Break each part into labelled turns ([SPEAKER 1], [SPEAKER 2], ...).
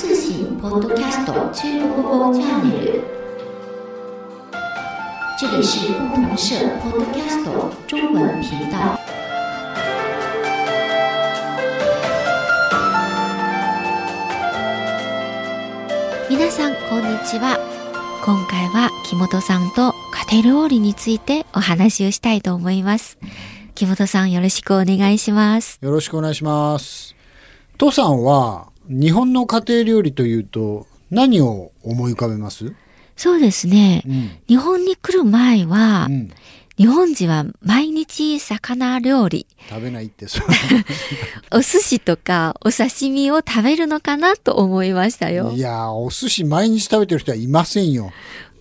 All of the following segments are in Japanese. [SPEAKER 1] ポッドキャスト中国語チャンネル。这里是不同社 Podcast 中文频道。皆さんこんにちは。今回は木本さんと家庭料理についてお話をしたいと思います。木本さんよろしくお願いします。
[SPEAKER 2] よろしくお願いします。父さんは日本の家庭料理というと何を思い浮かべます？
[SPEAKER 1] そうですね。
[SPEAKER 2] うん、
[SPEAKER 1] 日本に来る前は
[SPEAKER 2] う、ん、
[SPEAKER 1] 日本人は毎日魚料理、
[SPEAKER 2] 食べないってそう。
[SPEAKER 1] お寿司とかお刺身を食べるのかなと思いましたよ
[SPEAKER 2] い。やー、お寿司毎日食べてる人はいませんよ。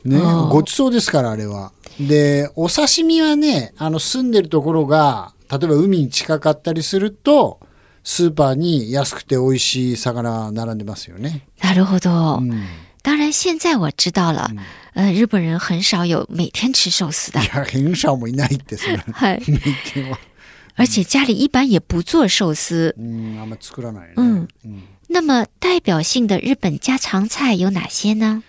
[SPEAKER 2] ね
[SPEAKER 1] あー、
[SPEAKER 2] ごちそうですからあれは。で、お刺身はね、あの住んでるところが例えば海に近かったりすると。スーパーに安くて美味しい魚並んでますよね。
[SPEAKER 1] なるほど
[SPEAKER 2] う。ん、い
[SPEAKER 1] 当然现在我知道了。呃、日本人很少有每天吃寿司的。
[SPEAKER 2] や、変者もいないってそれ。
[SPEAKER 1] はい。
[SPEAKER 2] 見ては
[SPEAKER 1] 而且家里一般也不做寿司
[SPEAKER 2] う。ん、あんま作らないね。
[SPEAKER 1] うん
[SPEAKER 2] うん
[SPEAKER 1] 那么代表性的日本家常菜有哪些呢？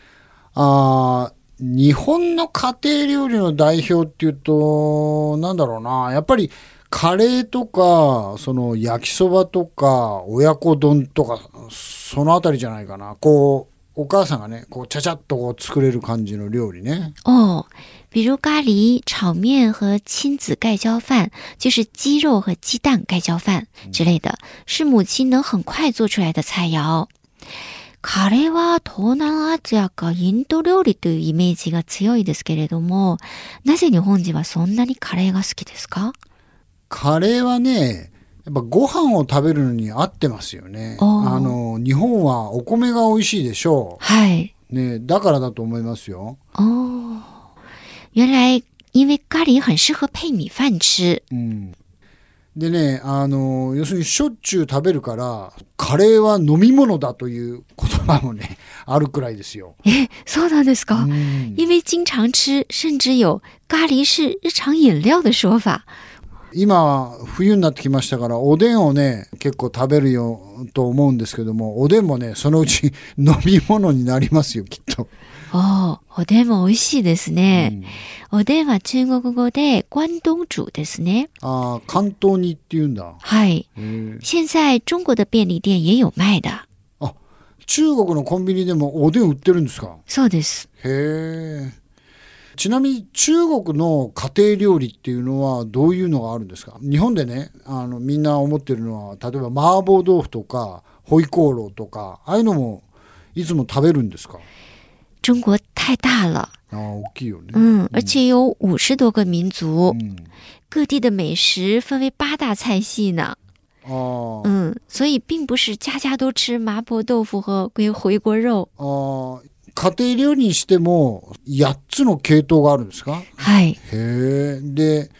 [SPEAKER 2] あー日本の家庭料理の代表っていうとなんだろうなやっぱりカレーとかその焼きそばとか親子丼とかそのあたりじゃないかなこうお母さんがねこうちゃちゃっとこう作れる感じの料理ね
[SPEAKER 1] 哦，比如咖喱炒面和亲子盖浇饭，就是鸡肉和鸡蛋盖浇饭之类的，是母亲能很快做出来的菜肴。カレーは東南アジアかインド料理というイメージが強いですけれども、なぜ日本人はそんなにカレーが好きですか？
[SPEAKER 2] カレーはねやっぱご飯を食べるのに合ってますよね
[SPEAKER 1] おー
[SPEAKER 2] あの日本はお米が美味しいでしょ
[SPEAKER 1] はい。
[SPEAKER 2] う、ね、だからだと思いますよ、
[SPEAKER 1] 哦，原来因为咖喱很适合配米饭吃。
[SPEAKER 2] うん、でねあの要するにしょっちゅう食べるからカレーは飲み物だという言葉もね あるくらいですよ。
[SPEAKER 1] え、そうなんですか？
[SPEAKER 2] うん
[SPEAKER 1] 因为经常吃，甚至有咖喱是日常饮料的说法。
[SPEAKER 2] 今冬になってきましたからおでんをね結構食べるよと思うんですけどもおでんもねそのうち 飲み物になりますよきっと。
[SPEAKER 1] 哦，おでんも美味しいですね。おでんは中国語で关东煮ですね。
[SPEAKER 2] ああ関東にっていうんだ。
[SPEAKER 1] はい。现在中国的便利店也有卖的。
[SPEAKER 2] 中国のコンビニでもおでん売ってるんですか
[SPEAKER 1] そうです。
[SPEAKER 2] へえ。ちなみに中国の家庭料理っていうのはどういうのがあるんですか日本でねあのみんな思ってるのは例えば麻婆豆腐とかホイコーローとかああいうのもいつも食べるんですか
[SPEAKER 1] 中国太大了，
[SPEAKER 2] ああ大きいよね。
[SPEAKER 1] 嗯，而且有五十多个民族，
[SPEAKER 2] うん、
[SPEAKER 1] 各地的美食分为八大菜系呢。
[SPEAKER 2] ああ
[SPEAKER 1] 嗯，所以并不是家家都吃麻婆豆腐和回回锅肉。
[SPEAKER 2] ああ家庭料理にしても8つの系統があるんですか
[SPEAKER 1] はい。
[SPEAKER 2] へえで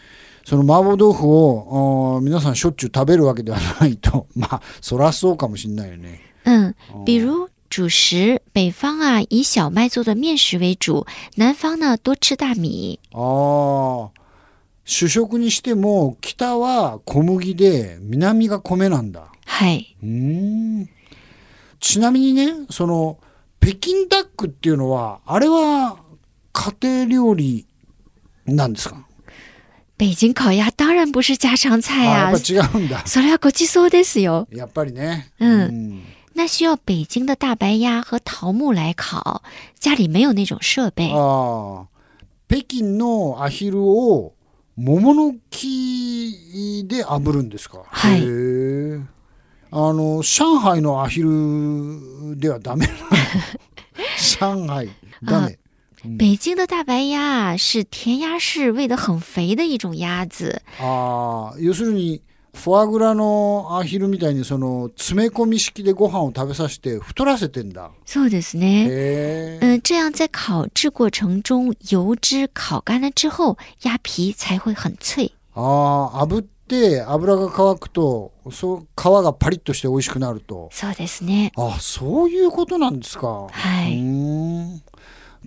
[SPEAKER 2] その麻婆豆腐をああ皆さんしょっちゅう食べるわけではないと まあそらそうかもしんないよね。
[SPEAKER 1] 嗯，比如主食，北方啊以小麦做的面食为主，南方呢多吃大米。
[SPEAKER 2] ああ主食にしても北は小麦で南が米なんだ
[SPEAKER 1] 嗨，
[SPEAKER 2] うーんちなみにねその北京ダックっていうのはあれは家庭料理なんですか
[SPEAKER 1] 北京烤鸭当然不是家常
[SPEAKER 2] あ
[SPEAKER 1] 菜
[SPEAKER 2] や
[SPEAKER 1] 啊，
[SPEAKER 2] っぱ違うんだ
[SPEAKER 1] それはごちそうですよ。
[SPEAKER 2] やっぱりね
[SPEAKER 1] うん
[SPEAKER 2] ん
[SPEAKER 1] 那需要北京的大白鸭和桃木来烤，家里没有那种设备。
[SPEAKER 2] 哦ああ北京のアヒルを桃の木で炙るんですか。
[SPEAKER 1] はい
[SPEAKER 2] へえ。あの上海のアヒルではダメなの。上海ダメ。
[SPEAKER 1] 北京的大白鸭啊，是田鸭式喂得很肥的一种鸭子。
[SPEAKER 2] ああ要するにフォアグラのアヒルみたいにその詰め込み式でご飯を食べさせて太らせてんだ。
[SPEAKER 1] そうです
[SPEAKER 2] 哎
[SPEAKER 1] ね。
[SPEAKER 2] へえ。
[SPEAKER 1] 嗯，这样在烤制过程中，油脂烤干了之后，鸭皮才会很脆。
[SPEAKER 2] ああ炙って油が乾くとそう皮がパリッとして美味しくなると。
[SPEAKER 1] そうですね。
[SPEAKER 2] あそういうことなんですか。
[SPEAKER 1] は
[SPEAKER 2] う
[SPEAKER 1] い。
[SPEAKER 2] ーん。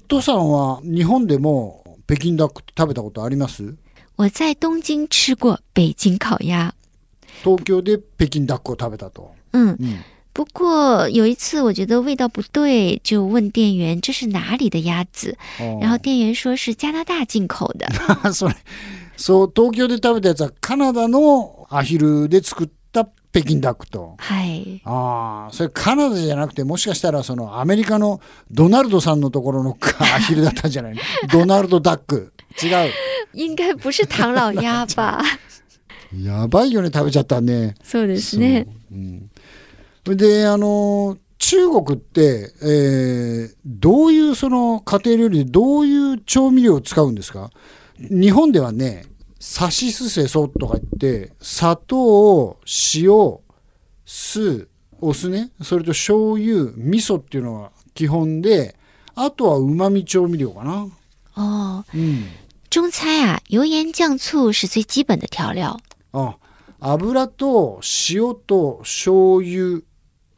[SPEAKER 2] 父さんは日本でも北京ダックって食べたことあります
[SPEAKER 1] 我在东京吃过北京烤鸭。
[SPEAKER 2] 東京で北京ダックを食べたと。
[SPEAKER 1] 嗯，
[SPEAKER 2] うん
[SPEAKER 1] 不过有一次，我觉得味道不对，就问店员这是哪里的鸭子，
[SPEAKER 2] うん
[SPEAKER 1] 然后店员说是加拿大进口的。
[SPEAKER 2] それそう東京で食べたやつはカナダのアヒルで作った北京ダックと
[SPEAKER 1] はい。
[SPEAKER 2] ああそれカナダじゃなくてもしかしたらそのアメリカのドナルドさんのところのアヒルだったんじゃないのドナルドダック違
[SPEAKER 1] 应该不是唐老鸭吧？
[SPEAKER 2] うやばいよね食べちゃったね
[SPEAKER 1] そうですね。
[SPEAKER 2] うん、それであの中国って、えーどういうその家庭料理でどういう調味料を使うんですか日本ではね「さしすせそ」とか言って砂糖塩酢お酢ねそれと醤油味噌っていうのが基本であとはうまみ調味料かな。
[SPEAKER 1] 哦，
[SPEAKER 2] うん
[SPEAKER 1] 中餐啊，油盐酱醋是最基本的调料。
[SPEAKER 2] あ油と塩と醤油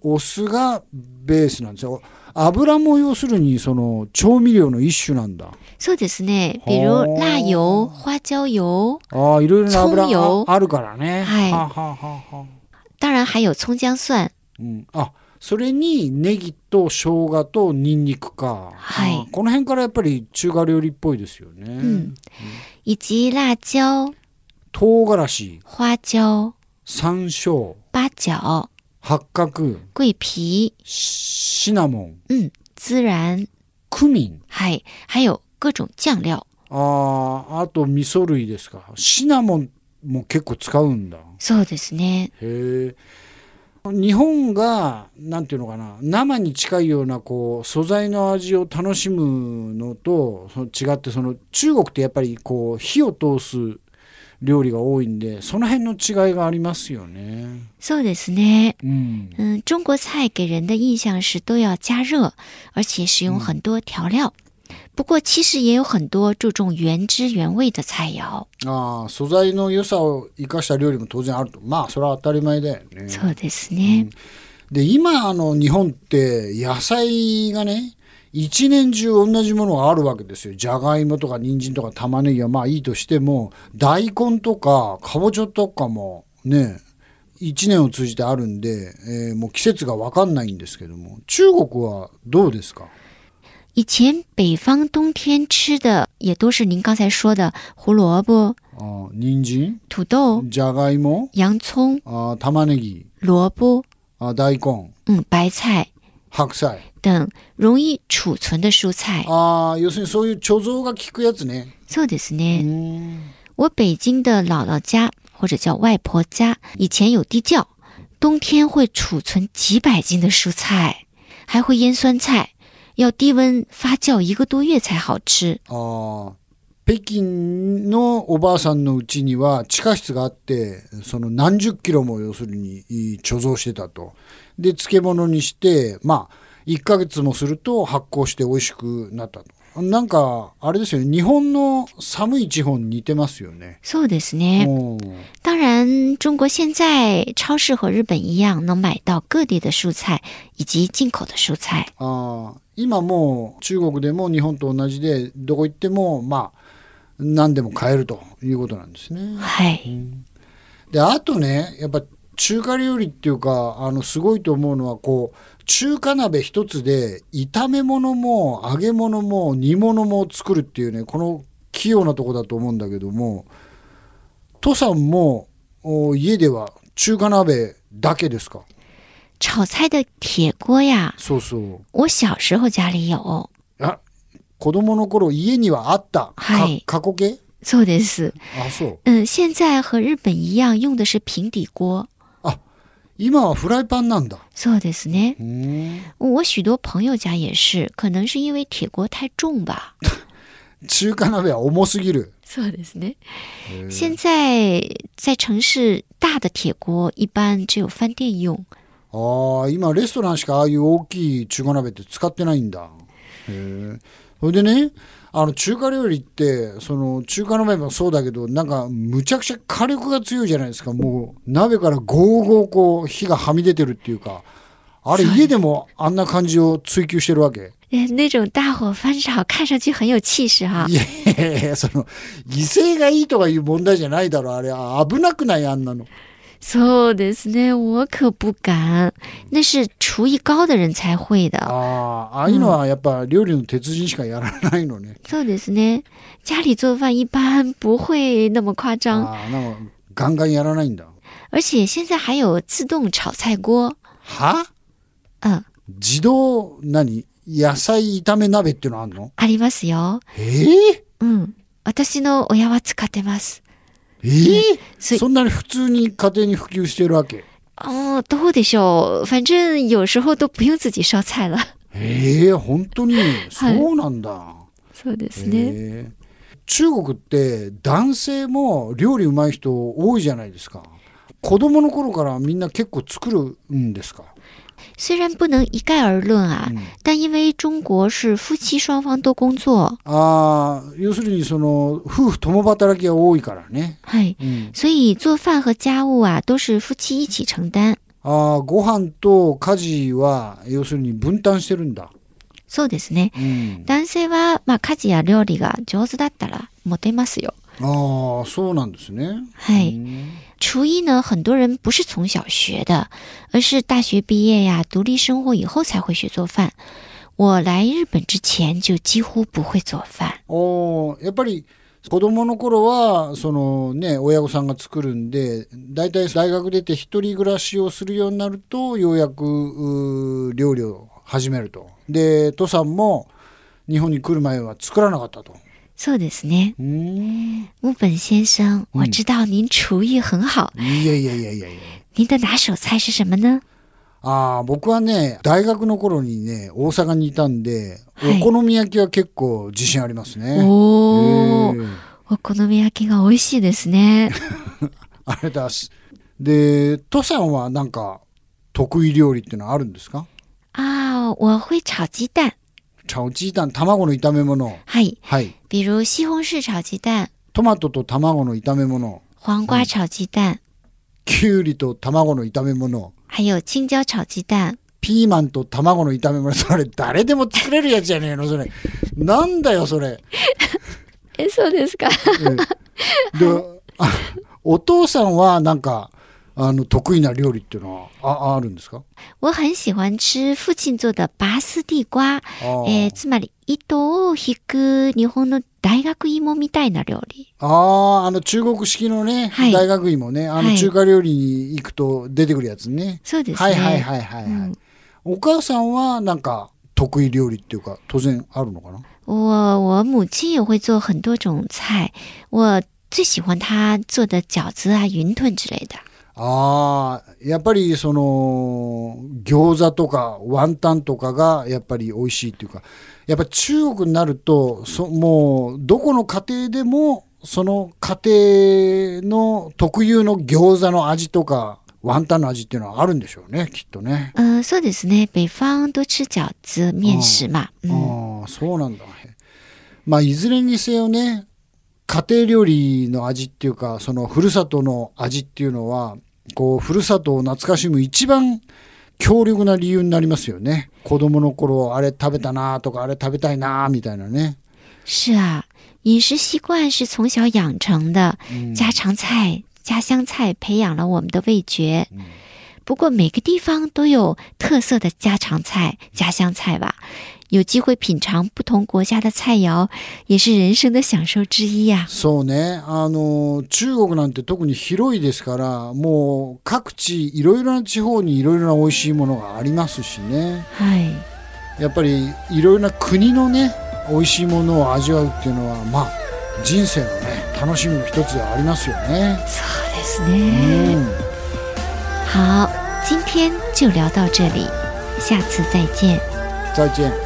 [SPEAKER 2] お酢がベースなんですよ油も要するにその調味料の一種なんだ
[SPEAKER 1] そうですね。比如
[SPEAKER 2] 哦
[SPEAKER 1] 辣油、花椒油，
[SPEAKER 2] ああいろいろな
[SPEAKER 1] 葱
[SPEAKER 2] 油
[SPEAKER 1] 油
[SPEAKER 2] ああるからね
[SPEAKER 1] はい
[SPEAKER 2] はあはあはあはあ
[SPEAKER 1] 当然还有葱姜蒜。
[SPEAKER 2] うん、あそれにネギと生姜とニンニクか、
[SPEAKER 1] はい
[SPEAKER 2] あこの辺からやっぱり中華料理っぽいですよね、
[SPEAKER 1] 嗯，以及辣椒、
[SPEAKER 2] 唐辛子
[SPEAKER 1] 花椒、
[SPEAKER 2] 山椒
[SPEAKER 1] 八角、
[SPEAKER 2] 八角
[SPEAKER 1] 桂皮，
[SPEAKER 2] シナモン
[SPEAKER 1] 嗯，孜然，
[SPEAKER 2] クミン
[SPEAKER 1] 还还有各种酱料。
[SPEAKER 2] あーあと味噌類ですかシナモンも結構使うんだ
[SPEAKER 1] そうですね。
[SPEAKER 2] へえ日本がなんていうのかな生に近いようなこう素材の味を楽しむのとその違ってその中国ってやっぱりこう火を通す料理が多いんでその辺の違いがありますよね。
[SPEAKER 1] そうですね。
[SPEAKER 2] うん、
[SPEAKER 1] 嗯，中国菜给人的印象是都要加热，而且使用很多调料。不过，其实也有很多注重原汁原味的菜肴。
[SPEAKER 2] あー素材の良さを生かした料理も当然あるとまあそれは当たり前だよね。
[SPEAKER 1] そうですね。
[SPEAKER 2] で今あの日本って野菜がね一年中同じものがあるわけですよじゃがいもとか人参とか玉ねぎはまあいいとしても大根とかかぼちゃとかもね1年を通じてあるんで、えーもう季節が分かんないんですけども中国はどうですか
[SPEAKER 1] 以前北方冬天吃的也都是您刚才说的胡萝卜、
[SPEAKER 2] あ人参
[SPEAKER 1] 土豆、
[SPEAKER 2] じゃがいも
[SPEAKER 1] 洋葱、
[SPEAKER 2] あ玉ねぎ
[SPEAKER 1] 萝卜，
[SPEAKER 2] あ大根
[SPEAKER 1] 嗯，白菜
[SPEAKER 2] 白菜
[SPEAKER 1] 等容易储存的蔬菜。
[SPEAKER 2] あー要するにそういう貯蔵が効くやつね。
[SPEAKER 1] そうですね。
[SPEAKER 2] うん
[SPEAKER 1] 我北京的姥姥家或者叫外婆家，以前有地窖，冬天会储存几百斤的蔬菜，还会腌酸菜，要低温发酵一个多月才好吃。
[SPEAKER 2] あー北京のおばあさんのうちには地下室があってその何十キロも要するにいい貯蔵してたとで漬物にしてまあ1ヶ月もすると発酵して美味しくなったとなんかあれですよね日本の寒い地方に似てますよね、
[SPEAKER 1] そうですね。
[SPEAKER 2] うん
[SPEAKER 1] 当然，中国现在超市和日本一样，能买到各地的蔬菜以及进口的蔬菜。
[SPEAKER 2] あー今もう中国でも日本と同じでどこ行ってもまあ何でも買えるということなんですね。
[SPEAKER 1] はい。
[SPEAKER 2] であとねやっぱ中華料理っていうかあのすごいと思うのはこう中華鍋一つで炒め物も揚げ物も煮物も作るっていうねこの器用なとこだと思うんだけども土さんもお家では中華鍋だけですか
[SPEAKER 1] 炒菜的铁锅呀，
[SPEAKER 2] そうそう
[SPEAKER 1] 我小时候家里有。
[SPEAKER 2] あ子供の頃家にはあった、
[SPEAKER 1] はい
[SPEAKER 2] か過去形
[SPEAKER 1] そうです。
[SPEAKER 2] あそう
[SPEAKER 1] 嗯，现在和日本一样用的是平底锅。
[SPEAKER 2] 今はフライパンなんだ
[SPEAKER 1] そうですね。
[SPEAKER 2] うーん
[SPEAKER 1] 我许多朋友家也是，可能是因为铁锅太重吧。
[SPEAKER 2] 中華鍋は重すぎる
[SPEAKER 1] そうですね。
[SPEAKER 2] へー
[SPEAKER 1] 嗯现在在城市大的铁锅一般只有饭店用。
[SPEAKER 2] ああ今レストランしかああいう大きい中華鍋って使ってないんだへえそれでねあの中華料理ってその中華鍋もそうだけどなんかむちゃくちゃ火力が強いじゃないですかもう鍋からゴーゴーこう火がはみ出てるっていうかあれ家でもあんな感じを追求してるわけ
[SPEAKER 1] 哎那种大火翻炒看上去很有气势哈
[SPEAKER 2] い。やいやいやその威勢がいいとかいう問題じゃないだろあれ危なくないあんなの
[SPEAKER 1] そうですね，我可不敢。那是厨艺高的人才会
[SPEAKER 2] 哦
[SPEAKER 1] 的。
[SPEAKER 2] ああああいうのはやっぱ料理の鉄人しかやらないのね。
[SPEAKER 1] そうですね。家里做饭一般不会那么夸张，
[SPEAKER 2] ああなんかガンガンやらないんだ。
[SPEAKER 1] 而且现在还有自动炒菜锅。
[SPEAKER 2] は
[SPEAKER 1] 嗯，
[SPEAKER 2] 自動何野菜炒め鍋っていうのあんの
[SPEAKER 1] ありますよ。
[SPEAKER 2] ええ
[SPEAKER 1] うん。私の親は使ってます。
[SPEAKER 2] ええ
[SPEAKER 1] そ
[SPEAKER 2] そんなに普通に家庭に普及してるわけ。
[SPEAKER 1] 哦，どうでしょう。反正有时候都不用自己烧菜了。
[SPEAKER 2] ええ本当にそうなんだ。
[SPEAKER 1] そうですね。
[SPEAKER 2] へえ中国って男性も料理うまい人多いじゃないですか子供の頃からみんな結構作るんですか、
[SPEAKER 1] 虽然不能一概而论啊，
[SPEAKER 2] うん
[SPEAKER 1] 但因为中国是夫妻双方都工作，
[SPEAKER 2] あー要するにその夫婦共働きが多いからね、
[SPEAKER 1] 嗨，
[SPEAKER 2] うん、
[SPEAKER 1] 所以做饭和家务啊都是夫妻一起承担。
[SPEAKER 2] あーご飯と家事は要するに分担してるんだ、
[SPEAKER 1] そうですね。
[SPEAKER 2] うん、
[SPEAKER 1] 男性はまあ家事や料理が上手だったらモテますよ。
[SPEAKER 2] ああそうなんですね、
[SPEAKER 1] 嗨，
[SPEAKER 2] うん
[SPEAKER 1] 哎厨艺呢，很多人不是从小学的，而是大学毕业呀、独立生活以后才会学做饭。我来日本之前就几乎不会做饭。
[SPEAKER 2] おーやっぱり子供の頃はそのね親御さんが作るんで大体大学出て一人暮らしをするようになるとようやくうー料理を始めるとで父さんも日本に来る前は作らなかったと
[SPEAKER 1] そうですね，
[SPEAKER 2] うーん
[SPEAKER 1] 木本先生，我知道您厨艺很好，
[SPEAKER 2] いやいやいやいやいや
[SPEAKER 1] 您的拿手菜是什么呢？
[SPEAKER 2] あー僕はね大学の頃にね大阪にいたんで
[SPEAKER 1] はい
[SPEAKER 2] お好み焼きは結構自信ありますね、
[SPEAKER 1] お哦
[SPEAKER 2] えー
[SPEAKER 1] お好み焼きが美味しいですね。
[SPEAKER 2] あれだし。で、トさんはなんか得意料理ってのはあるんですか
[SPEAKER 1] 啊，我会炒鸡蛋，
[SPEAKER 2] 炒鸡蛋、卵の炒め物。
[SPEAKER 1] 嗨，
[SPEAKER 2] はい。
[SPEAKER 1] 比如西红柿炒鸡蛋、
[SPEAKER 2] トマトと卵の炒め物。
[SPEAKER 1] 黄瓜炒鸡蛋，
[SPEAKER 2] きゅうりと卵の炒め物。
[SPEAKER 1] 还有青椒炒鸡蛋。
[SPEAKER 2] ピーマンと卵の炒め物。それ誰でも作れるやつじゃねえのそれ。なんだよ、そ れ。
[SPEAKER 1] え、そうですか。
[SPEAKER 2] えで、あお父さんはなんか、あの、得意な料理っていうのは、あ、あるんですか
[SPEAKER 1] 我很喜欢吃父亲做的拔丝地瓜，
[SPEAKER 2] あー
[SPEAKER 1] えー、つまり糸を引く日本の大学芋みたいな料理。
[SPEAKER 2] ああ、あの中国式のね、
[SPEAKER 1] はい
[SPEAKER 2] 大学院もね、あ
[SPEAKER 1] は
[SPEAKER 2] の
[SPEAKER 1] い
[SPEAKER 2] 中華料理に行くと出てくるやつね。
[SPEAKER 1] そうですね。
[SPEAKER 2] はいはいはいはい、はい
[SPEAKER 1] うん
[SPEAKER 2] お母さんはなんか得意料理っていうか、当然あるのかな
[SPEAKER 1] 我我母亲也会做很多种菜，我最喜欢她做的饺子啊、云吞之类的。
[SPEAKER 2] ああ、やっぱりその、餃子とかワンタンとかがやっぱり美味しいっていうか、やっぱ中国になると、そもうどこの家庭でも、その家庭の特有の餃子の味とか、ワンタンの味っていうのはあるんでしょうね、きっとね。
[SPEAKER 1] 嗯，そうですね。北方多吃饺子、面食嘛。嗯，
[SPEAKER 2] 哦ああそうなんだまあいずれにせよね家庭料理の味っていうかそのふるさとの味っていうのはこうふるさとを懐かしむ一番強力な理由になりますよね子供の頃あれ食べたなとかあれ食べたいなみたいなね
[SPEAKER 1] 是啊，饮食习惯是从小养成的，家常菜、家乡菜培养了我们的味觉。不过每个地方都有特色的家常菜、家乡菜吧。有机会品尝不同国家的菜肴，也是人生的享受之一呀、
[SPEAKER 2] そうねあの中国なんて特に広いですからもう各地いろいろな地方にいろいろな美味しいものがありますしね
[SPEAKER 1] はい。
[SPEAKER 2] やっぱりいろいろな国のね美味しいものを味わうっていうのはまあ人生のね楽しみの一つではありますよね。
[SPEAKER 1] そうです
[SPEAKER 2] う
[SPEAKER 1] ね。
[SPEAKER 2] ん、
[SPEAKER 1] 好，今天就聊到这里，下次再见。
[SPEAKER 2] 再见。